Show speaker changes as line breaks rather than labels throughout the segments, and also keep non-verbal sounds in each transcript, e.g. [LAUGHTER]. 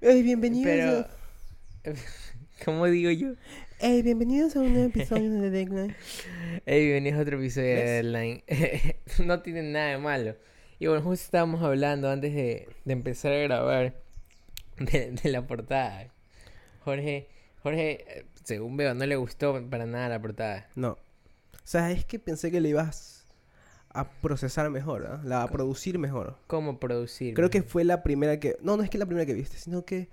Hey, bienvenidos. A...
Pero. [LAUGHS] ¿Cómo digo yo?
Hey, bienvenidos a un nuevo episodio de The Deadline.
Hey, bienvenidos a otro episodio de
¿Ves?
Deadline. [LAUGHS] no tiene nada de malo. Y bueno, justo estábamos hablando antes de, de empezar a grabar [LAUGHS] de, de la portada. Jorge, Jorge, eh, según veo, no le gustó para nada la portada.
[LAUGHS] No. O sea, es que pensé que le ibas a procesar mejor, ¿ah? la a producir mejor.
¿Cómo producir?
Creo que fue la primera que. No, no es que la primera que viste, sino que.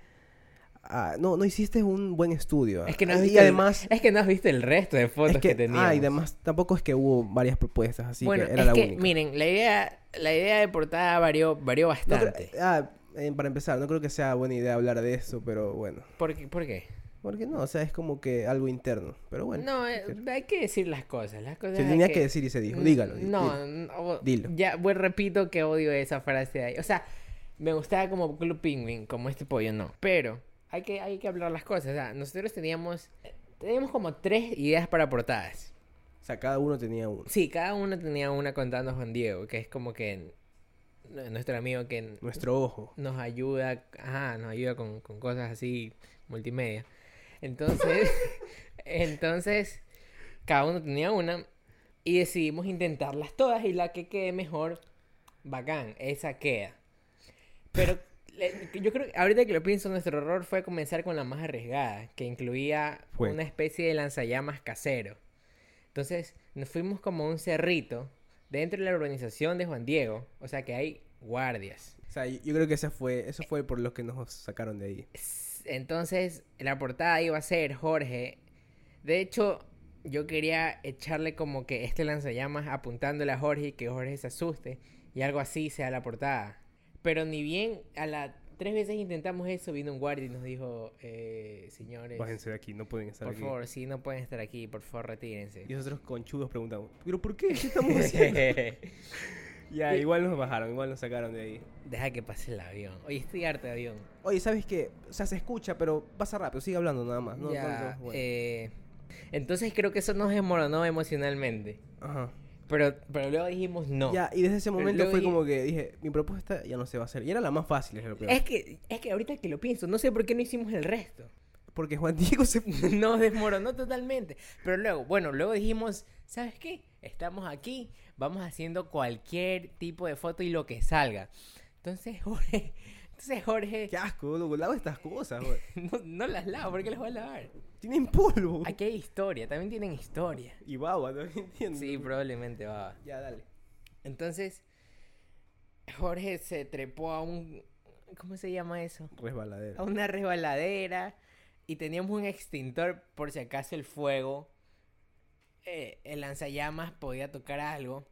ah, no, no hiciste un buen estudio.
Es que no
Ah,
has
y
visto el- [LAUGHS]
además.
es que no has visto el resto de fotos
es
que,
que,
teníamos.
ah, y además tampoco es que hubo varias propuestas, así
bueno,
que era
es
la
que,
única.
miren, la idea, la idea de portada varió, varió
No creo-
bastante.
ah, eh, para empezar, no creo que sea buena idea hablar de eso, pero bueno.
¿Por qué? ¿Por qué?
Porque no, o sea, es como que algo interno. Pero bueno.
no, eh,
quiero.
hay que decir las cosas. Las cosas
se
hay Mm,
tenía que... decir y se dijo. Dígalo. di-
No,
dilo.
no,
Dilo.
Ya, pues repito que odio esa frase de ahí. O sea, me gustaba como Club Penguin, como este pollo, no. Pero hay que, hay que hablar las cosas. O sea, nosotros teníamos, teníamos como tres ideas para portadas.
O sea, cada uno tenía uno.
Sí, cada uno tenía una contando Juan Diego, que es como que n- nuestro amigo que
Nuestro ojo.
nos ayuda, ajá, nos ayuda con, con cosas así multimedia. Entonces, entonces, cada uno tenía una y decidimos intentarlas todas y la que quede mejor, bacán, esa queda. Pero le- yo creo que ahorita que lo pienso, nuestro error fue comenzar con la más arriesgada, que incluía
Fuego.
una especie de lanzallamas casero. Entonces, nos fuimos como a un cerrito dentro de la urbanización de Juan Diego, o sea que hay guardias.
O sea, yo, yo creo que ese fue, eso fue por lo que nos sacaron de ahí.
S- Entonces, la portada iba a ser Jorge. De hecho, yo quería echarle como que este lanzallamas apuntándole a Jorge y que Jorge se asuste y algo así sea la portada. Pero ni bien a las tres veces intentamos eso, vino un guardia y nos dijo, eh, señores,
Bájense de aquí, no pueden estar
por
aquí.
favor, si no pueden estar aquí, por favor, retírense.
Y nosotros conchudos preguntamos, ¿pero por qué? ¿Qué
[LAUGHS]
estamos haciendo? ya, igual nos bajaron, igual nos sacaron de ahí.
Deja que pase el avión. Oye, estoy harto de avión.
Oye, ¿sabes qué? O sea, se escucha, pero pasa rápido, sigue hablando nada más. Ah, No, no,
Ya,
no, bueno.
eh, entonces creo que eso nos desmoronó emocionalmente.
Ajá.
Pero, pero luego dijimos no.
Ya, y desde ese momento
luego
fue
dije-
como que dije, mi propuesta ya no se va a hacer. Y era la más fácil, es lo peor.
Es que, es que ahorita que lo pienso, no sé por qué no hicimos el resto. [LAUGHS]
Porque Juan Diego se...
Nos desmoronó totalmente. Pero luego, bueno, luego dijimos, ¿sabes qué? Estamos aquí, vamos haciendo cualquier tipo de foto y lo que salga. Entonces [LAUGHS] Jorge, entonces Jorge,
[LAUGHS] Qué asco, loco, lavo estas cosas, güey.
no, no las lavo, ¿por qué las voy a lavar?
Tienen polvo.
Aquí hay historia, también tienen historia.
Y baba, ¿no? [LAUGHS] ¿Entiendes?
Sí, probablemente va.
Ya, dale.
Entonces, Jorge se trepó a un, ¿cómo se llama eso? a
Resbaladero.
una resbaladera y teníamos un extintor por si acaso el fuego, eh, el lanzallamas podía tocar algo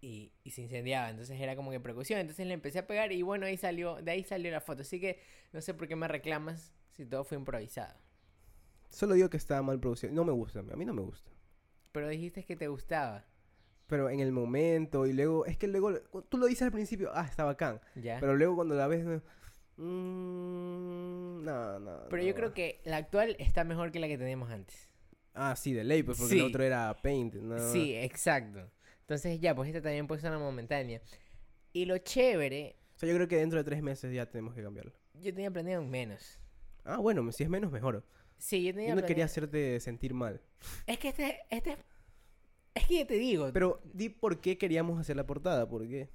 y, y se incendiaba, entonces era como que precaución, entonces le empecé a pegar y bueno, ahí salió, de ahí salió la foto, así que no sé por qué me reclamas si todo fue improvisado,
Solo digo que estaba mal producido. No me gusta, a mí no me gusta.
pero dijiste que te gustaba,
Pero en el momento y luego... Es que luego... Tú lo dices al principio, ah, está bacán.
¿ya? Pero,
Pero luego cuando la ves... Mmm... No, no,
yo
no.
creo que la actual está mejor que la que teníamos antes.
Ah, sí, de ley, pues porque el
Sí.
otro era Paint. No.
Sí, exacto. Entonces ya, pues esta también puede ser una momentánea. Y lo chévere,
O sea, yo creo que dentro de tres meses ya tenemos que cambiarlo.
yo tenía planeado un menos.
Ah, bueno, si es menos, mejor.
Sí, yo tenía
Yo no quería
planeado-
hacerte sentir mal.
Es que este, este... Es que yo te digo.
Pero di por qué queríamos hacer la portada, ¿por qué?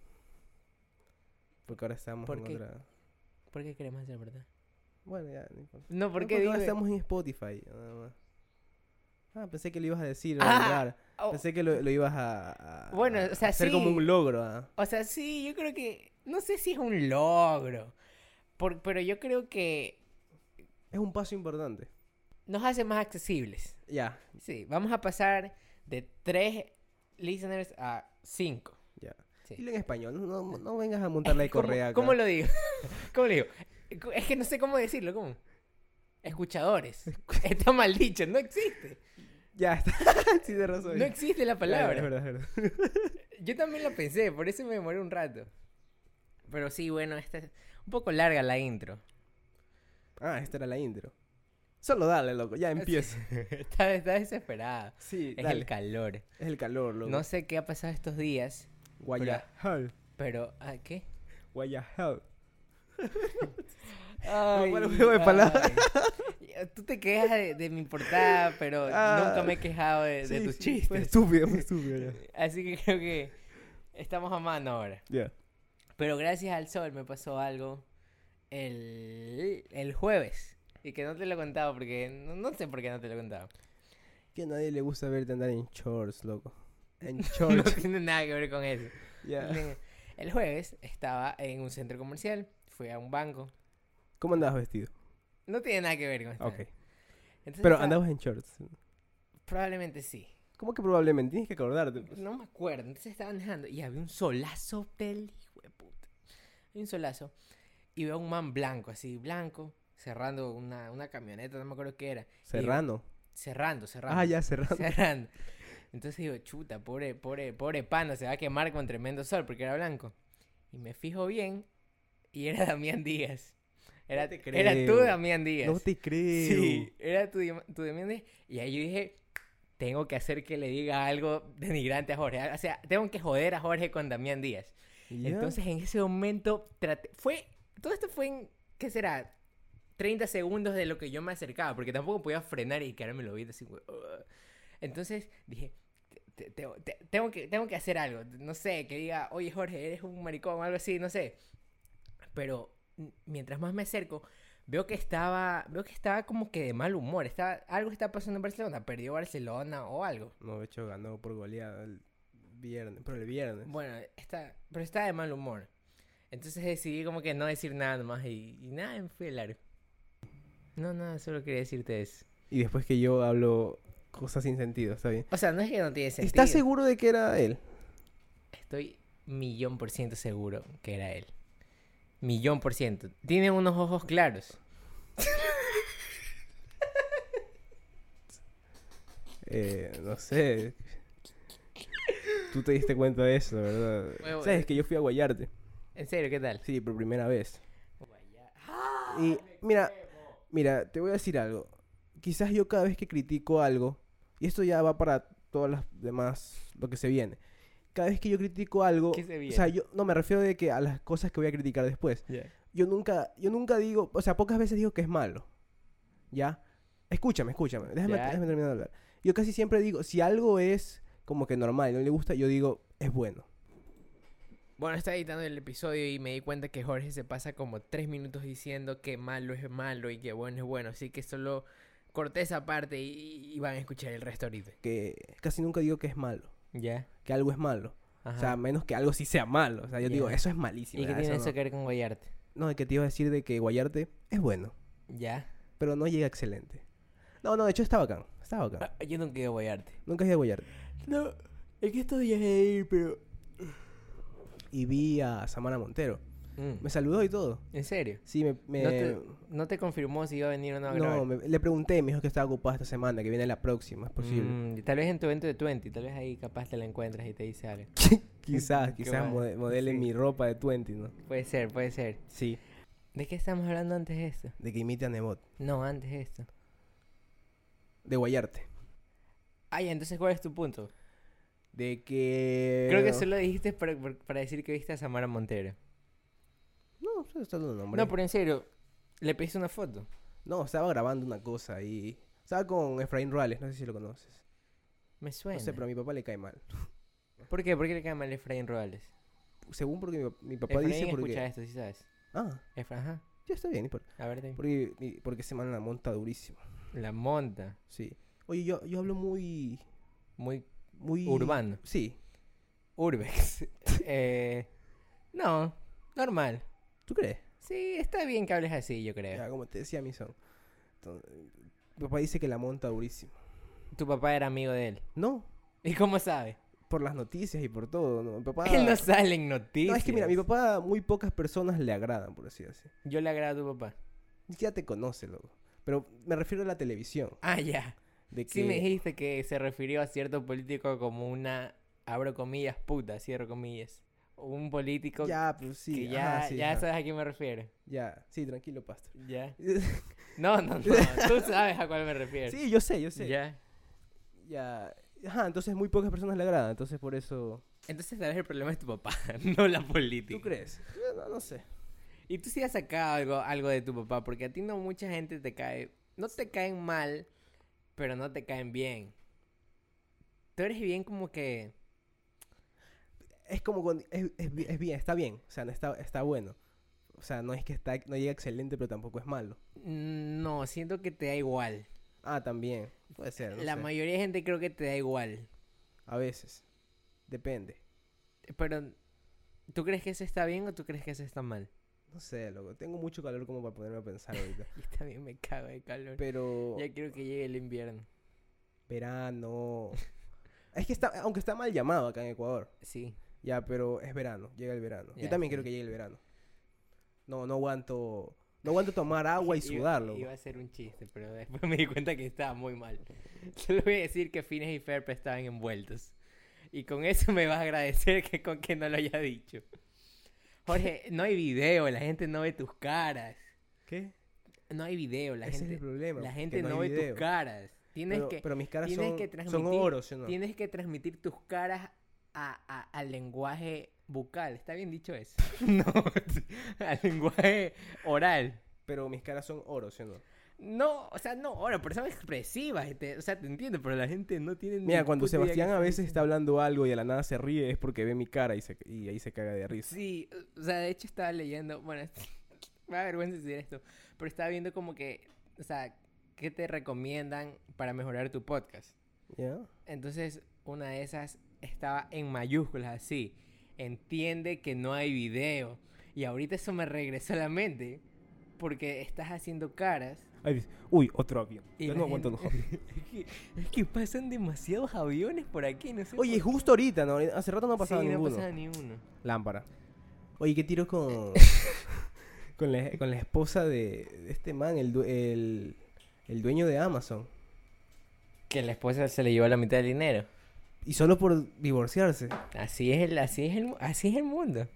Porque ahora estamos
¿Por
en
qué?
otra...
¿Por qué queremos hacer verdad?
Bueno, ya, no importa.
No,
No,
porque
porque
digo...
ahora estamos en Spotify, nada más. Ah, pensé que lo ibas a decir, a
Ah,
lograr.
o,
Pensé que lo, lo ibas a, a-
Bueno,
a
o sea,
hacer como
sí.
un logro, ah.
o sea, sí, yo creo que... No sé si es un logro. por- pero yo creo que
Es un paso importante.
nos hace más accesibles.
Ya,
Sí, vamos a pasar de tres listeners a cinco.
ya.
Sí.
Dilo en español, no, no- no vengas a montarla de
[LAUGHS] ¿Cómo-
correa acá.
¿Cómo, lo digo? ¿Cómo lo digo? Es que no sé cómo decirlo, ¿cómo? Escuchadores.
[LAUGHS]
Está mal dicho, no existe.
Ya, está. [LAUGHS] sí, de razón.
No existe la palabra.
Es verdad, es verdad.
Yo también la pensé, por eso me demoré un rato. Pero sí, bueno, esta es un poco larga la intro.
Ah, esta era la intro. Solo dale, loco, ya empieza.
[LAUGHS] Está, está desesperada.
[LAUGHS] Sí,
Ah, Es
dale.
el calor.
es el calor, loco.
No sé qué ha pasado estos días,
Guayajal.
pero... ¿ah, ¿Qué?
Guayajal.
Ay,
para el juego de palabras.
ay. [LAUGHS] Tú te quejas de, de mi portada, pero
Ah.
nunca me he quejado
Sí,
de, de
pues.
tus
sí, Fue
chistes.
estúpido, fue estúpido. Ya.
[LAUGHS] Así que creo que estamos a mano ahora.
Ya.
Pero gracias al sol me pasó algo el, el jueves. Y que no te lo he contado porque no, no sé por qué no te lo he contado. [LAUGHS]
Que a nadie le gusta verte andar en shorts, loco.
[LAUGHS]
En
No
shorts.
tiene nada que ver con eso.
ya.
El jueves estaba en un centro comercial, fui a un banco.
¿Cómo andabas vestido?
No tiene nada que ver con esto.
Ok.
Entonces
Pero
estaba-
andabas en shorts.
Probablemente sí.
¿Cómo que probablemente? Tienes que acordarte. pues.
No me acuerdo. Entonces estaba manejando y había un solazo del hijo de puta. Había un solazo. Y veo a un man blanco, así, blanco, cerrando una, una camioneta, no me acuerdo qué era.
Serrano.
Cerrando, cerrando.
Ah, ya,
[LAUGHS]
Serrano.
Cerrando. Entonces digo, chuta, pobre, pobre, pobre pana, se va a quemar con tremendo sol porque era blanco. Y me fijo bien y era Damián Díaz. Era,
te
era tú,
creo.
Damián Díaz.
No te creo.
[LAUGHS] Sí, era tu, diam- tu Damián Díaz. Y ahí yo dije, tengo que hacer que le diga algo denigrante a Jorge. O sea, tengo que joder a Jorge con Damián Díaz.
Ya.
Entonces en ese momento traté, fue, todo esto fue en, ¿qué será? 30 segundos de lo que yo me acercaba, porque tampoco podía frenar y quedarme lo oído así. güey, "Ugh". Entonces dije, "Te- te- te- tengo, que, tengo que hacer algo, no sé, que diga, oye Jorge, eres un maricón o algo así, no sé. Pero m- mientras más me acerco, veo que estaba, veo que estaba como que de mal humor, estaba, algo está pasando en Barcelona, perdió Barcelona o algo.
No, de hecho ganó por goleada el viernes. Pero el viernes.
Bueno, está, pero está de mal humor. Entonces decidí como que no decir nada nomás y, y nada, me fui al largo. No, nada, solo quería decirte eso.
Y después que yo hablo cosas sin sentido, está bien.
O sea, no es que no tiene sentido.
¿Estás seguro de que era él?
Estoy millón por ciento seguro que era él. Millón por ciento. Tiene unos ojos claros.
Eh, no
[LAUGHS]
sé. Tú te diste cuenta de eso, ¿verdad?
Huevo,
Sabes
eh.
que yo fui a Guayarte.
En serio, ¿qué tal?
Sí, por primera vez.
Oh, Ah,
Y mira, mira, te voy a decir algo. Quizás yo cada vez que critico algo, y esto ya va para todas las demás, lo que se viene. Cada vez que yo critico algo,
¿Qué se
o sea,
viene?
yo no me refiero de que a las cosas que voy a criticar después. Yo nunca, yo nunca digo, o sea, pocas veces digo que es malo. ¿Ya? Escúchame, escúchame. Déjame,
Ya.
déjame terminar de hablar. Yo casi siempre digo, si algo es como que normal y no le gusta, yo digo, es bueno.
Bueno, estaba editando el episodio y me di cuenta que Jorge se pasa como tres minutos diciendo que malo es malo y que bueno es bueno. Así que solo corté esa parte y, y van a escuchar el resto ahorita.
Que casi nunca digo que es malo,
Ya.
que algo es malo. O sea, menos que algo sí sea malo. O sea, yo
Ya.
digo, eso es malísimo.
¿Y qué
ya,
tiene
eso
eso
no.
que ver con Guayarte?
No, que te iba a decir de que Guayarte es bueno,
Ya.
pero no llega excelente. No, no, de hecho está bacán. Está bacán.
yo no quiero Guayarte.
Ah, Nunca he ido a Guayarte.
No, es que estos días he ido, pero.
Y vi a Samara Montero. Me saludó y todo.
Mm, ¿En serio?
Sí, me... me-
¿No, te, no te confirmó si iba a venir o no a grabar?
No, me- le pregunté, me dijo que estaba ocupada esta semana, que viene la próxima, es posible.
Mm, tal vez en tu evento de 20, tal vez ahí capaz te la encuentras y te dice algo.
Quizás,
Qué
quizás
mal.
mode- modele
Sí.
mi ropa de 20, ¿no?
Puede ser, puede ser.
Sí.
¿De qué estamos hablando antes de esto?
De que imite a Nebot.
No, antes de esto.
De Guayarte.
Ah, ya, entonces, ¿cuál es tu punto?
De que...
Creo que solo dijiste para, por- para decir que viste a Samara Montero.
No, solo está dando nombre.
No, pero en serio, le pediste una foto.
No, estaba grabando una cosa y... Estaba con Efraín Ruales, no sé si lo conoces.
Me suena.
No sé, pero a mi papá le cae mal.
¿Por qué? ¿Por qué le cae mal Efraín Rodales?
Según porque mi, pap- mi papá
Efraín
dice
escucha
porque...
esto, sí sabes.
Ah,
Efraín, ajá.
ya está bien. y por-
A ver, dime.
Porque, y- porque se manda la monta durísimo.
La monta.
Sí. Oye, yo, yo hablo muy...
Muy
Muy...
urbano.
Sí.
Urbex. eh, no, normal.
[LAUGHS] ¿Tú crees?
Sí, está bien que hables así, yo creo.
Ya, como te decía, mi son. Entonces, mi papá dice que la monta durísimo.
Tu papá era amigo de él. [LAUGHS]
No,
¿Y cómo sabe?
por las noticias y por todo. ¿no? Mi papá...
[LAUGHS] Él no sale en
Ah.
noticias.
No, es que mira, mi papá muy pocas personas le agradan, por así decir.
Yo le agrado a tu papá.
Ya te conoce, loco. Pero me refiero a la televisión.
Ah, ya.
De que...
Sí me dijiste que se refirió a cierto político como una, abro comillas, puta, cierro comillas. Un político
Ya, pues sí.
que ya,
ajá, sí,
ya
ajá.
sabes a quién me refiero.
Ya, sí, tranquilo, pastor.
Ya. No,
[LAUGHS]
no, no. Tú sabes a cuál me refiero.
sí, yo sé, yo sé.
Ya.
Ya. Ajá, entonces muy pocas personas le agradan, entonces por eso...
[LAUGHS] Entonces, tal vez el problema es tu papá, no la política.
¿Tú crees? Eh, No, no sé.
Y tú sí has sacado algo, algo de tu papá, porque a ti no mucha gente te cae. No te caen mal, pero no te caen bien. Tú eres bien como que.
Es como cuando- es, es bi- es bien, está bien, o sea, no está, está bueno. O sea, no es que está, no llega excelente, pero tampoco es malo.
No, siento que te da igual.
Ah, también. Puede ser. no
La
sé.
mayoría de gente creo que te da igual.
A veces. Depende.
Pero, ¿tú crees que eso está bien o tú crees que eso está [LAUGHS] mal?
No sé, loco. Tengo mucho calor como para ponerme a pensar
[LAUGHS]
ahorita.
Yo también me cago de calor.
Pero
Ya quiero que llegue el invierno.
verano. Es que está, aunque está mal llamado acá en Ecuador.
Sí.
Ya, pero es verano, llega el verano. Yo
Ya,
también
sí.
quiero que llegue el verano. No, no aguanto, no aguanto tomar agua y
[LAUGHS] Iba-
sudarlo.
Iba a ser un chiste, pero después me di cuenta que estaba muy mal. [LAUGHS] Solo voy a decir que Fines y Ferb estaban envueltos. Y con eso me vas a agradecer que con que no lo haya dicho.
[LAUGHS]
Jorge, no hay video, la gente no ve tus caras.
¿Qué?
No hay video, la
Ese
gente
es el problema.
la
que
gente
hay
no, ve
video.
tus caras. Tienes
pero,
que
pero mis caras
tienes
son,
que
son
transmitir-
oro, ¿sí o no?
Tienes que transmitir tus caras a- a- al lenguaje bucal. ¿Está bien dicho
[LAUGHS]
eso? no, [LAUGHS] al lenguaje oral.
Pero mis caras son oro, ¿sí o no?
No, o sea, no, ahora, pero son expresivas. este, o sea, te entiendo, pero la gente no tiene. ni
Mira, cuando
puta idea
Sebastián
qué
a
está
veces está
diciendo.
hablando algo y a la nada se ríe es porque ve mi cara y, se, y ahí se caga de risa.
Sí, o sea, de hecho estaba leyendo. Bueno, [LAUGHS] me da vergüenza decir esto, pero estaba viendo como que. O sea, ¿qué te recomiendan para mejorar tu podcast?
¿Ya?
Entonces, una de esas estaba en mayúsculas así. Entiende que no hay video. Y ahorita eso me regresó a la mente. Porque estás haciendo caras.
Ahí dice, uy, otro avión.
Y
Yo
la
no aguanto
gente- [LAUGHS]
los aviones.
es, que, es que pasan demasiados aviones por aquí, no sé.
Oye, y justo ahorita, ¿no? Hace rato no pasaba
pues. sí,
ninguno.
no pasaba ni uno.
Lámpara. Oye, ¿qué tiro
[LAUGHS]
con. con, la, con la esposa de, de este man, el, due- el, el dueño de Amazon?
Que la esposa se le llevó la mitad del dinero.
Y solo por divorciarse.
Así es el, así es el, mu- así es el mundo.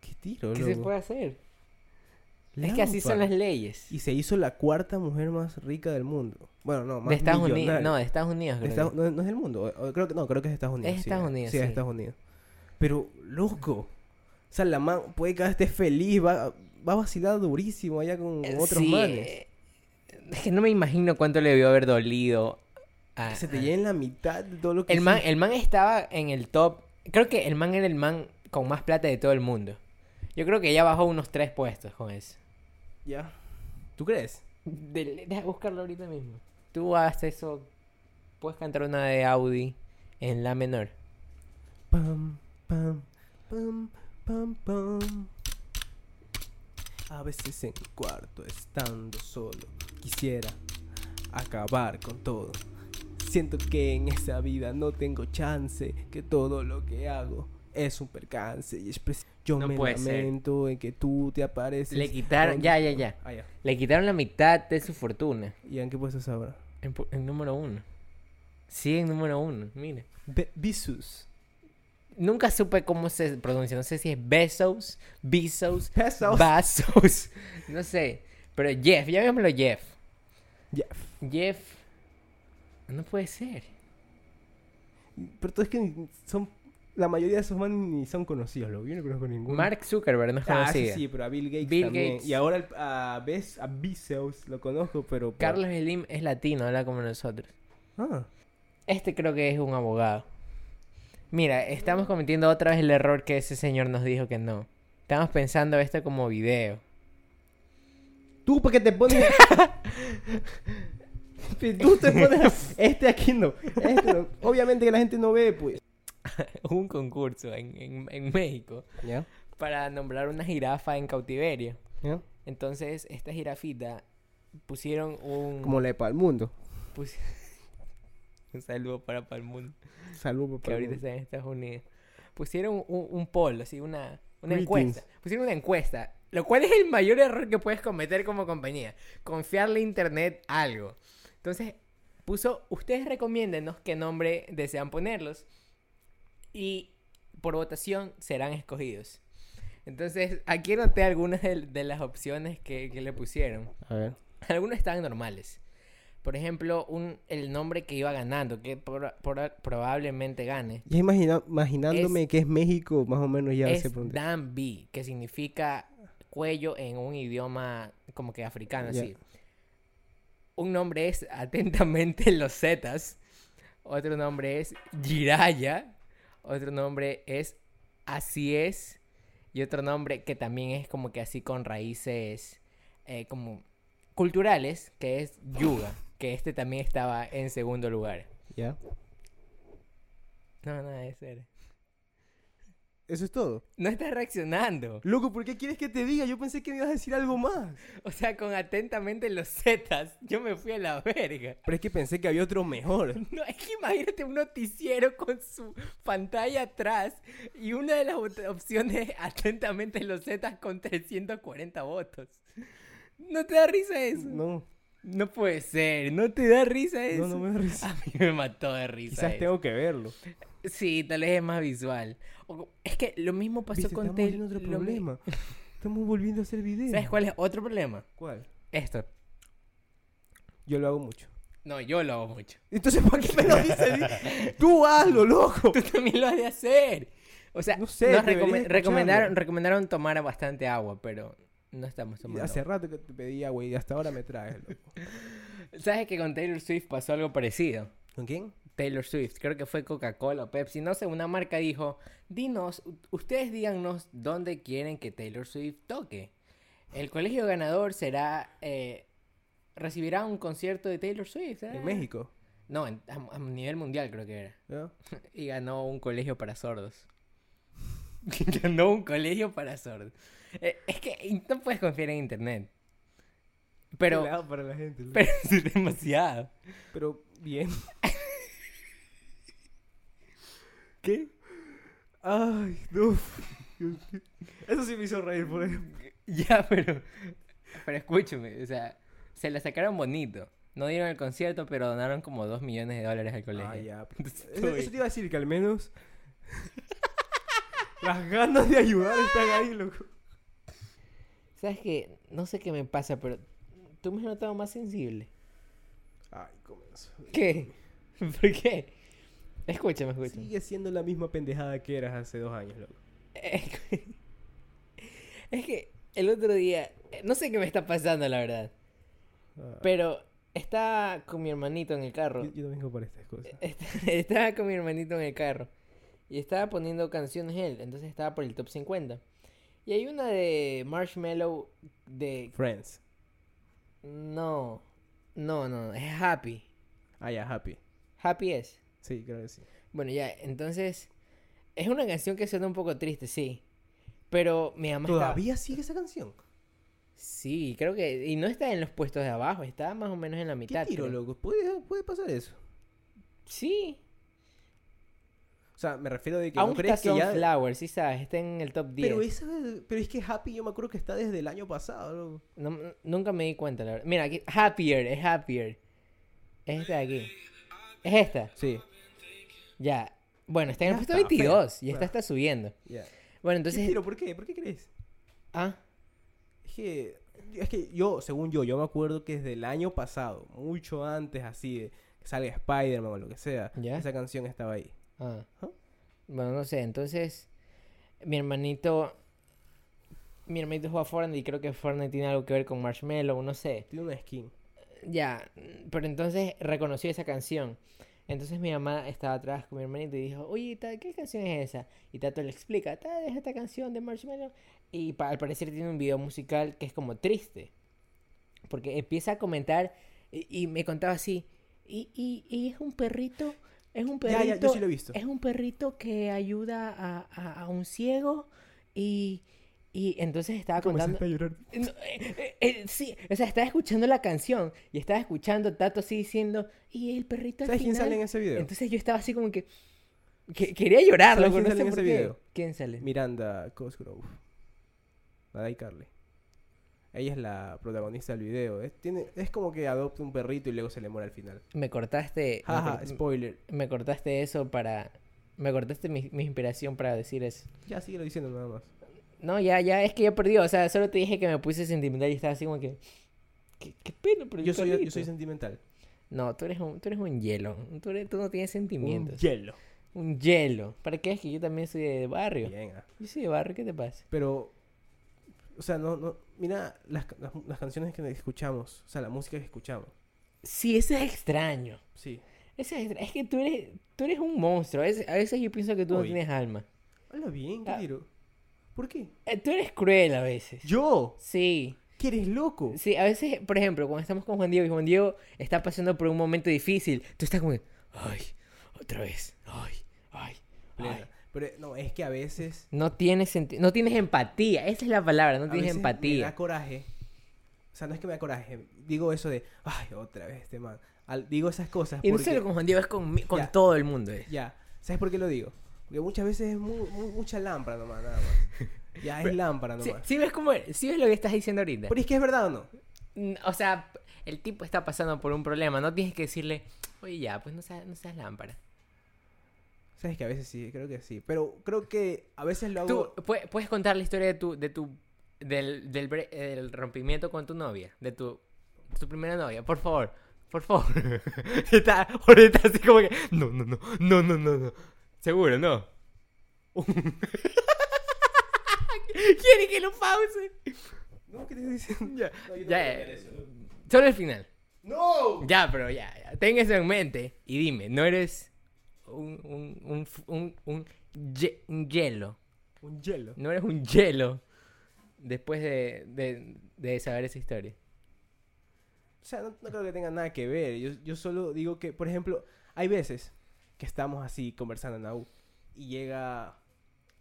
¿Qué tiro,
¿Qué
loco?
se puede hacer? Es que así son
Lámpara.
las leyes.
Y se hizo la cuarta mujer más rica del mundo. Bueno, no, más
de Estados Unidos.
millonaria.
No, de Estados Unidos.
De
creo
Estados-
que.
no, no es del mundo. o- o creo que, no, creo que es de Estados Unidos.
Es
sí,
Estados Unidos,
Sí, es de
sí.
Estados Unidos. Pero, loco. O sea, la man puede que esté feliz, va, va a vacilar durísimo allá con
Eh,
otros
sí,
manes.
eh, Es que no me imagino cuánto le debió haber dolido. a-
Que se te
a-
llene la mitad de todo lo que
ah, El man,
hiciste.
el man estaba en el top. Creo que el man era el man con más plata de todo el mundo. Yo creo que ya bajó unos tres puestos con eso.
Ya. ¿Tú crees?
Del- deja buscarlo ahorita mismo. Tú haces eso. Puedes cantar una de Audi en la menor.
Pam, pam, pam, pam, pam. A veces en mi cuarto estando solo, quisiera acabar con todo. Siento que en esa vida no tengo chance, que todo lo que hago es un percance. Y es preci- Yo
No
me
puede ser.
lamento en que tú te apareces.
Le quitaron.
donde-
Ya, ya, ya.
Ah, ya.
Le quitaron la mitad de su fortuna.
¿Y en qué puesto es ahora?
En, pu- en número uno. Sí, en número uno. Mira.
Be- Visus.
Nunca supe cómo se pronuncia. No sé si es Besos, Besos,
Pesos.
Vasos. [LAUGHS] No sé. Pero Jeff, llamémoslo Jeff.
Jeff.
Jeff. No puede ser.
Pero todo es que ni- son. La mayoría de esos manes ni son conocidos, lo yo no conozco ninguno.
Mark Zuckerberg no es
Ah, sí,
conocido.
sí, pero a Bill Gates
Bill
también.
Gates.
Y ahora el- a, Bez- a Bezos lo conozco, pero. por-
Carlos Slim es latino, habla como nosotros.
Ah,
Este creo que es un abogado. Mira, estamos cometiendo otra vez el error que ese señor nos dijo que no. Estamos pensando esto como video. [LAUGHS]
Tú, ¿para qué te pones.? [LAUGHS] Tú te pones.
[LAUGHS]
Este aquí no. Este no. Obviamente que la gente no ve, pues.
Hubo un concurso en, en- en México
¿Ya?
para nombrar una jirafa en cautiverio.
¿Ya?
Entonces, esta jirafita pusieron un.
Como la de Palmundo.
pus- [LAUGHS] un saludo para Palmundo,
Saludos,
que ahorita está en Estados Unidos. Pusieron un, un poll, así, una, una
Greetings.
encuesta. Pusieron una encuesta, lo cual es el mayor error que puedes cometer como compañía: confiarle a internet algo. Entonces, puso, ustedes recomiéndenos qué nombre desean ponerlos y por votación serán escogidos. Entonces, aquí anoté algunas de, de las opciones que- que le pusieron.
A ver.
Algunos estaban normales. Por ejemplo, un, el nombre que iba ganando, que por- por- probablemente gane,
Ya imagina- imaginándome que es México, más o menos ya
es
sé por dónde.
Dan B, que significa cuello en un idioma como que africano,
Ya.
así. Un nombre es [LAUGHS] atentamente los Zetas, otro nombre es Jiraya, otro nombre es Así es, y otro nombre que también es como que así con raíces eh, como culturales, que es Yuga, que este también estaba en segundo lugar.
¿Ya?
No, no, ese era.
Eso es todo.
No estás reaccionando.
Loco, ¿por qué quieres que te diga? Yo pensé que me ibas a decir algo más.
O sea, con atentamente los Zetas, yo me fui a la verga.
Pero es que pensé que había otro
[LAUGHS]
mejor.
No, es que imagínate un noticiero con su pantalla atrás y una de las op- opciones atentamente los Zetas con 340 votos. ¿No te da risa eso? No,
No,
puede ser, no te da risa eso.
no, no me da risa.
A mí me mató de risa.
Quizás
eso.
tengo que verlo.
Pues Sí, tal vez es más visual. O- Es que lo mismo pasó
Viste,
con
estamos
Taylor.
en otro
lo mi- [LAUGHS]
problema. Estamos volviendo a hacer videos.
¿Sabes cuál es otro problema?
¿Cuál?
Esto.
Yo lo hago mucho.
No, yo lo hago mucho.
Entonces, ¿para qué me lo
[LAUGHS]
dices? Tú hazlo, [LAUGHS] loco.
Tú también lo has de hacer. O sea,
No sé,
nos
deberías
recome-
escucharlo.
recomendaron, recomendaron tomar bastante agua, pero no estamos tomando.
Hace rato que te pedía, güey, y hasta ahora me traes, loco.
agua. ¿Sabes que con Taylor Swift pasó algo parecido?
¿Con quién?
Taylor Swift, creo que fue Coca-Cola o Pepsi, no sé, una marca dijo, dinos, u- ustedes díganos dónde quieren que Taylor Swift toque. El colegio ganador será, eh, recibirá un concierto de Taylor Swift. ah.
En México.
No, en- a, a nivel mundial creo que era.
¿no?
Y ganó un colegio para sordos. [LAUGHS] ganó un colegio para sordos. Eh, es que in- no puedes confiar en internet. Pero,
Pelado para la gente, loco.
pero [LAUGHS] es demasiado.
Pero
[LAUGHS]
bien. ¿Qué? Ay, no. [LAUGHS] Dios mío. Eso sí me hizo reír por ejemplo.
Ya, pero. Pero escúchame, o sea, se la sacaron bonito. No dieron el concierto, pero donaron como 2 millones de dólares al colegio.
Ah, ya.
Entonces,
Eso,
uy,
eso te iba a decir que al menos las ganas de ayudar están ahí, loco.
¿Sabes qué? No sé qué me pasa, pero tú me has notado más sensible.
Ay, comienzo.
¿Qué? [LAUGHS] ¿Por qué? Escúchame, escúchame.
Sigue siendo la misma pendejada que eras hace dos años, loco.
[LAUGHS] Eh, Es que el otro día, eh, no sé qué me está pasando, la verdad,
Ah,
pero estaba con mi hermanito en el
[LAUGHS]
carro. [LAUGHS]
yo, yo no vengo para estas cosas.
Est- Estaba con mi hermanito en el carro y estaba poniendo canciones él, entonces estaba por el top 50. Y hay una de Marshmallow de...
Friends.
No, no, no, es Happy.
Ah, ya, Happy.
Happy es.
Sí, creo que sí.
Bueno, ya, entonces es una canción que suena un poco triste, sí. Pero mi mamá estaba-
¿Todavía sigue esa canción?
Sí, creo que... Y no está en los puestos de abajo, está más o menos en la
¿Qué
mitad.
tiro,
creo.
loco? ¿Puede, puede pasar eso.
Sí.
O sea, me refiero de que
Aún
no
está
crees que ya...
Sunflower, sí sabes, está en el top 10.
Pero, esa, pero es que Happy yo me acuerdo que está desde el año pasado, loco.
No, n- nunca me di cuenta, la verdad. Mira, aquí, Happier, es Happier. Es esta de aquí. Es esta.
Sí.
Ya. Bueno, está en el
Ya
puesto
está,
22 y
espera.
esta está subiendo.
Ya.
Bueno,
¿Qué
entonces.
tiro? ¿Por qué? ¿Por qué crees?
Ah,
Es que, es que yo, según yo, yo me acuerdo que desde el año pasado, mucho antes así de que salga Spider-Man o lo que sea,
Ya.
esa canción estaba ahí.
ah.
Ajá.
Bueno, no sé. Entonces, mi hermanito. Mi hermanito juega Fortnite y creo que Fortnite tiene algo que ver con Marshmallow, no sé.
Tiene una skin.
Ya, mm, pero entonces reconoció esa canción. Entonces mi mamá estaba atrás con mi hermanito y dijo, oye, ta- ¿qué canción es esa? Y Tato le explica, "Ta, es esta canción de Marshmallow. Y pa- al parecer tiene un video musical que es como triste. Porque empieza a comentar y, y me contaba así, y, y, y es un perrito, es
Ya,
un perrito,
ya, yo sí lo he visto.
es un perrito que ayuda a, a- a un ciego y, y entonces estaba contando...
llorar.
No, eh, eh, eh, sí, o sea, estaba escuchando la canción y estaba escuchando a Tato así diciendo, y el perrito al
¿Sabes quién
final".
sale en ese video?
Entonces yo estaba así como que, que- quería llorar,
¿Sabes
loco,
quién
no
sale
sé
en
por
ese
qué.
video?
¿Quién sale?
Miranda Cosgrove. La de Carly. Ella es la protagonista del video. Es, tiene, es como que adopta un perrito y luego se le muere al final.
Me cortaste, me
Jaja,
cor-
spoiler.
me cortaste eso para, me cortaste mi, mi inspiración para decir eso.
Ya, síguelo diciendo nada más.
No, ya, ya, es que ya perdió, o sea, solo te dije que me puse sentimental y estaba así como que, qué, qué pena, pero el
Yo soy, yo
perrito".
soy sentimental.
No, tú eres un, tú eres un hielo, tú, eres- tú no tienes
Un
sentimientos.
hielo.
Un hielo. ¿Para qué es que yo también soy de barrio?
Bien, ah.
Yo soy de barrio, ¿qué te pasa?
Pero O sea, no, no, mira las, las, las canciones que escuchamos, o sea, la música que escuchamos.
Sí, eso es extraño.
Sí.
Eso es, extra- es que tú eres, tú eres un monstruo. A veces, a veces yo pienso que tú no
Uy.
tienes alma.
Habla bien,
Ah.
Kiro. ¿Por qué?
Eh, Tú eres cruel a veces.
¿Yo?
Sí.
¿Que eres loco?
Sí, a veces, por ejemplo, cuando estamos con Juan Diego y Juan Diego está pasando por un momento difícil, tú estás como, que, ay, otra vez, ay, ay, ay.
Plena. Pero eh, no, es que a veces.
No tienes senti- no tienes empatía, esa es la palabra, no
a
tienes
veces Me da
empatía.
coraje. O sea, no es que me da coraje. Digo eso de, ay, otra vez este man. Al- digo esas cosas.
Y no
porque-
solo con Juan Diego, es con, mi- con
Ya.
todo el mundo. eh.
Ya. ¿Sabes por qué lo digo? Porque muchas veces es mu- mu- mucha lámpara nomás, nada más. Ya es lámpara
Sí,
nomás.
sí ves cómo- sí ves lo que estás diciendo ahorita.
Pero es que es verdad o no.
Mm, O sea, el tipo está pasando por un problema, no tienes que decirle, oye, ya, pues no seas, no seas lámpara.
Sabes que a veces sí, creo que sí. Pero creo que a veces lo hago.
Tú pue- puedes contar la historia de tu, de tu, del, del, bre- eh, del rompimiento con tu novia, de tu, de tu primera novia, por favor, por favor. [LAUGHS] está, ahorita así como que, no, no, no, no, no, no, no. Seguro, no. [LAUGHS] ¿Quiere que lo pause?
No, ¿qué te estoy diciendo?
[LAUGHS] Ya,
No, yo no
ya,
puedo
eh,
ver eso.
solo el final.
¡No!
Ya, pero ya, ya. Ten eso en mente y dime, ¿no eres un, un, un, f- un, un ye- un hielo?
Un hielo.
No eres un hielo después de, de- de saber esa historia.
O sea, no, no creo que tenga nada que ver. Yo, yo solo digo que, por ejemplo, hay veces que estamos así conversando en la U y llega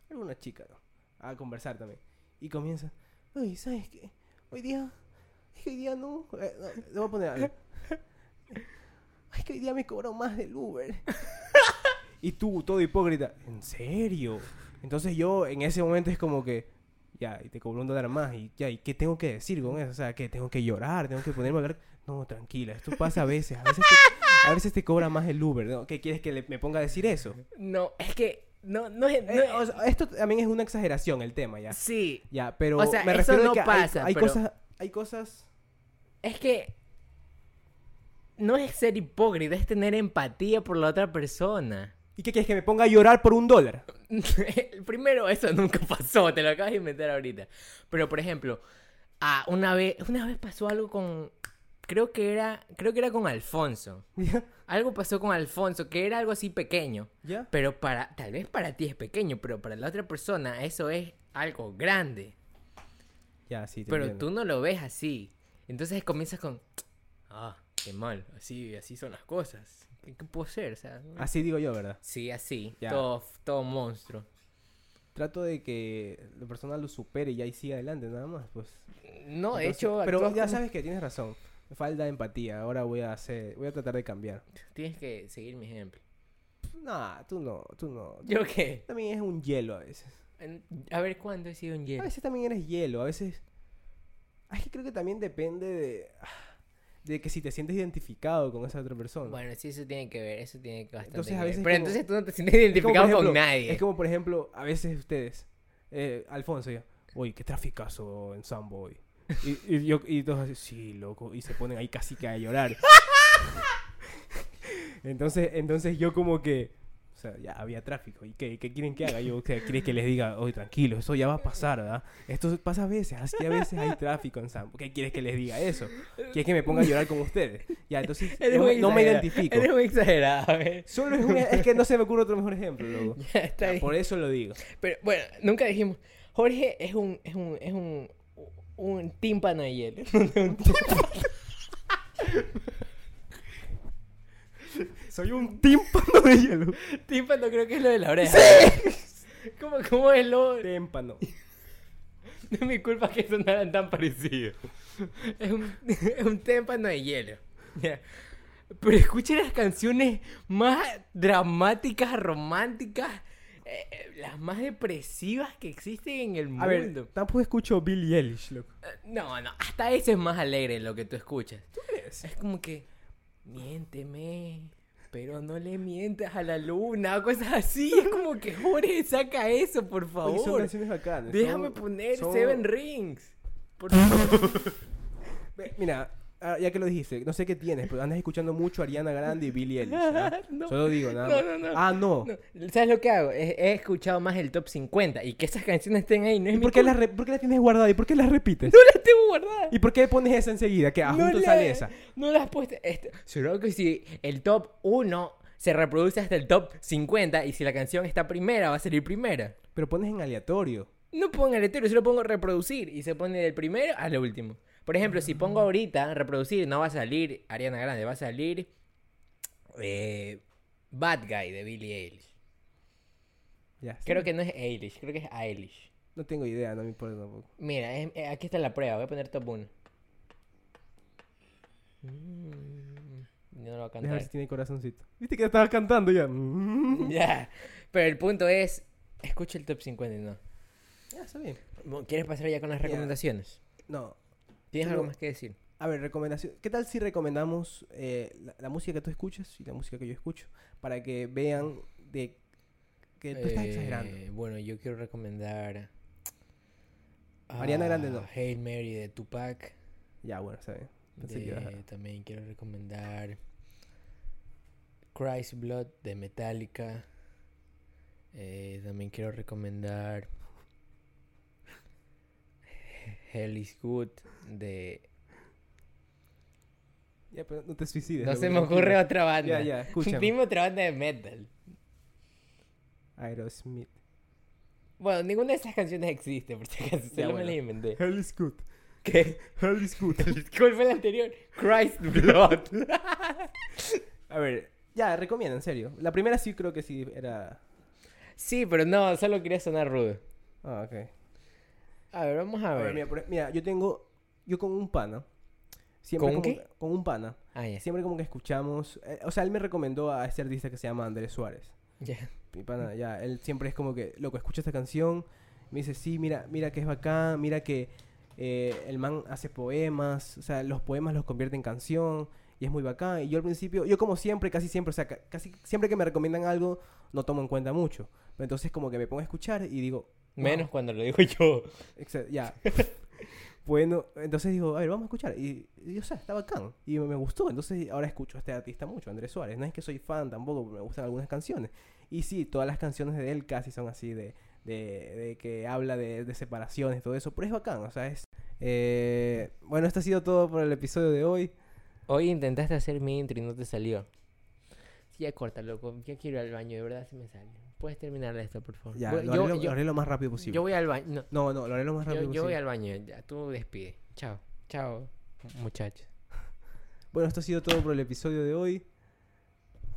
alguna chica ¿no? a conversar también. Y comienza, uy, ¿sabes qué? Hoy día, es que hoy día no, eh, no, le voy a poner algo. Ay, que hoy día me cobró más del Uber. y tú, todo hipócrita, ¿en serio? Entonces yo en ese momento es como que, ya, y te cobró un dólar más, y ya, ¿y qué tengo que decir con eso? O sea, que tengo que llorar, tengo que ponerme a hablar. No, tranquila, esto pasa a veces, a veces te, a veces te cobra más el Uber, ¿no? ¿Qué quieres que le- me ponga a decir eso?
No, es que no, no es... no
Eh,
es-
o sea, esto también es una exageración el tema, ya.
sí,
Ya, pero
O sea,
me
eso
refiero a
no
que hay-
pasa,
hay,
pero-
cosas, hay cosas,
es que no es ser hipócrita, es tener empatía por la otra persona.
¿y qué quieres que me ponga a llorar por un dólar? [LAUGHS]
[LAUGHS] Primero, eso nunca pasó, te lo acabas de inventar ahorita. Pero, por ejemplo, ah, una, vez, una vez pasó algo con... Creo que era, creo que era con Alfonso.
¿Ya?
Algo pasó con Alfonso, que era algo así pequeño.
¿Ya?
Pero para, tal vez para ti es pequeño, pero para la otra persona eso es algo grande.
Ya, sí, te
pero
entiendo.
tú no lo ves así. Entonces comienzas con, ah, qué mal, así, así son las cosas. ¿Qué, qué puedo ser? O sea, no-
Así digo yo, ¿verdad?
sí, así,
Ah. Ya.
todo, todo monstruo.
Trato de que la persona lo supere y ahí siga adelante, nada más, pues.
No, de
Entonces-
hecho,
pero
actúas
ya
como-
sabes que tienes razón. Me Falta de empatía. Ahora voy a hacer, voy a tratar de cambiar.
tienes que seguir mi ejemplo.
Nah, tú no, tú no. Tú
¿Yo qué?
también eres un hielo a veces.
En- A ver, ¿cuándo he sido un
A
hielo?
veces también eres hielo, a veces. Ay, Es que creo que también depende de ah, de que si te sientes identificado con esa otra persona.
Bueno, sí, eso tiene que ver, eso tiene que bastante
Entonces, a
que ver.
veces
Pero
como-
entonces tú no te sientes
Es como, por
identificado con
ejemplo,
nadie.
Es como por ejemplo, a veces ustedes, eh, Alfonso ya, uy, qué traficazo en Sambo hoy. Y, y yo, y todos así, sí, loco, y se ponen ahí casi que a llorar. [LAUGHS] entonces, entonces yo como que, o sea, ya había tráfico, ¿y qué, qué quieren que haga? Yo, o sea, ¿quieren que les diga, oye, tranquilo, eso ya va a pasar, ¿verdad? Esto pasa a veces, así a veces hay tráfico en Sambo. ¿Qué quieres que les diga eso? ¿Quieres que me ponga a llorar con ustedes? Ya, entonces,
[LAUGHS] [LAUGHS] Eres
no,
muy
me- no me
exagerado,
identifico.
Eres muy exagerado, a ver. [LAUGHS]
Solo es un- es que no se me ocurre otro mejor ejemplo, loco.
Ya está
Ya,
bien.
por e- eso lo digo.
Pero bueno, nunca dijimos. Jorge es un, es un, es un, un tímpano de
[LAUGHS]
hielo.
Soy un [LAUGHS] tímpano de hielo.
tímpano creo que es lo de la oreja. [LAUGHS] ¿Cómo, cómo es lo.? No
Témpano.
[LAUGHS] es mi culpa que sonaran tan parecidos. Es un, [LAUGHS] es un tímpano de hielo. Ya. Pero escucha las canciones más dramáticas, románticas, eh, eh, las más depresivas que existen en el mundo.
A ver, tampoco escucho Billie Eilish, loco.
No, no, hasta eso es más alegre lo que tú escuchas.
¿Tú crees?
Es como que, miénteme, pero no le mientas a la luna, o cosas así. Es como que, Jorge, saca eso, por
Oye, son
favor.
canciones bacanas.
Déjame
son-
poner
son-
Seven Rings. Por favor.
Ve, Mira, ah, ya que lo dijiste, no sé qué tienes, pero andas escuchando mucho a Ariana Grande y Billie Eilish. ¿ah?
[LAUGHS] No.
Solo digo, nada.
No,
más.
no, no.
Ah, no.
No, ¿Sabes lo que hago? He, he escuchado más el top 50 y que esas canciones estén ahí no es
¿Y
mi
por qué,
culpa.
las re- por qué las tienes guardadas? ¿Y por qué las repites?
[LAUGHS] No las tengo guardadas.
¿Y por qué pones esa enseguida? Que ah,
no
justo
la-
sale esa.
No las puesto. Esto- Seguro que si el top 1 se reproduce hasta el top 50 y si la canción está primera, va a salir primera.
Pero pones en aleatorio.
No pongo aleatorio, solo pongo reproducir y se pone del primero al último. Por ejemplo, si
Ah.
pongo ahorita reproducir, no va a salir Ariana Grande, va a salir eh, Bad Guy de Billie Eilish.
Ya. está.
Creo que no es Eilish, creo que es Eilish.
No tengo idea, no me importa tampoco.
Mira, es- eh, aquí está la prueba, voy a poner top 1. Mm, no lo voy
Déjame
a
ver
cantar.
si tiene corazoncito. Viste que estabas cantando
[LAUGHS]
ya. Mm.
Ya. Pero el punto es, escucha el top 50 y no.
Ya, está bien.
Bueno, ¿Quieres pasar ya con las
Ya.
recomendaciones?
No.
¿Tienes
Pero-
algo más que decir?
A ver, recomendación. ¿Qué tal si recomendamos eh, la, la música que tú escuchas y la música que yo escucho? Para que vean de que tú estás
Eh,
exagerando.
Bueno, yo quiero recomendar.
Ariana Grande no.
ah, Hail Mary de Tupac.
Ya, bueno, está bien. Pensé que
de-
ibas a-
También quiero recomendar. Christ Blood de Metallica. Eh, también quiero recomendar. Hell is Good de.
Ya, pero no te suicides.
No
loco,
se me
tranquilo.
ocurre otra banda.
Ya, ya, escúchame.
Dime otra banda de metal.
Aerosmith.
Bueno, ninguna de esas canciones existe, por si acaso. Solo me
bueno.
las inventé.
[LAUGHS] Hell is good.
¿Qué?
Hell is good.
[LAUGHS] ¿Cuál fue la anterior? Christ Blood.
[LAUGHS] a ver, ya, recomienda, en serio. La primera sí creo que sí era...
sí, pero no, solo quería sonar rudo.
Ah, ok.
A ver, vamos a
A
ver.
ver, mira, por- mira, yo tengo... Yo con un pana. Siempre
¿Con
como
qué?
que- Con un pana.
Ah, ya.
Siempre como que escuchamos... eh, o sea, él me recomendó a este artista que se llama Andrés Suárez.
ya.
Mi pana, ya, él siempre es como que, loco, escucha esta canción, me dice, sí, mira, mira que es bacán, mira que eh, el man hace poemas, o sea, los poemas los convierte en canción y es muy bacán. Y yo al principio, yo como siempre, casi siempre, o sea, ca- casi siempre que me recomiendan algo, no tomo en cuenta mucho. Pero Entonces como que me pongo a escuchar y digo, wow,
Menos cuando lo digo [LAUGHS] yo.
exa- ya. [LAUGHS] bueno, entonces digo, a ver, vamos a escuchar. Y, y, o sea, está bacán. Y me gustó. Entonces ahora escucho a este artista mucho, Andrés Suárez. No es que soy fan tampoco, pero me gustan algunas canciones. Y sí, todas las canciones de él casi son así de, de, de que habla de, de separaciones y todo eso. Pero es bacán, o sea, es... eh, bueno, esto ha sido todo por el episodio de hoy.
Hoy intentaste hacer mi intro y no te salió. Sí, ya corta, loco. Yo quiero ir al baño, de verdad se me sale. Puedes terminar esto, por favor.
Ya,
Voy-
lo,
yo,
haré lo, lo
yo-
haré lo más rápido posible.
yo voy al baño. no,
No, no, lo haré lo más rápido
yo, yo voy
posible.
al baño. Ya, tú despide. Chao. Chao, muchachos.
Bueno, esto ha sido todo por el episodio de hoy.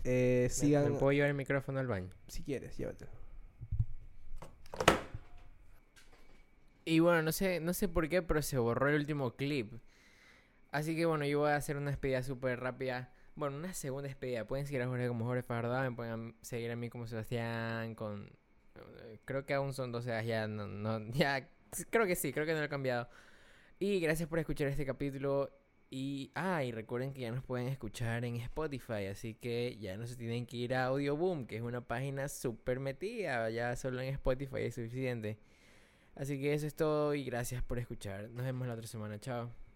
Eh,
Me-
sigan...
¿Me puedo llevar el micrófono al baño?
Si quieres, llévatelo.
Y bueno, no sé, no sé por qué, pero se borró el último clip. Así que bueno, yo voy a hacer una despedida súper rápida. Bueno, una segunda despedida. Pueden seguir a Jorge como Jorge Fajardado, me pueden seguir a mí como Sebastián, con... eh, Creo que aún son 12 edades, ya no, no- [LAUGHS] ya... Creo que sí, creo que no lo he cambiado. Y gracias por escuchar este capítulo. Y, ah, y recuerden que ya nos pueden escuchar en Spotify, así que ya no se tienen que ir a Audioboom, que es una página súper metida, ya solo en Spotify es suficiente. Así que eso es todo y gracias por escuchar. Nos vemos la otra semana. Chao.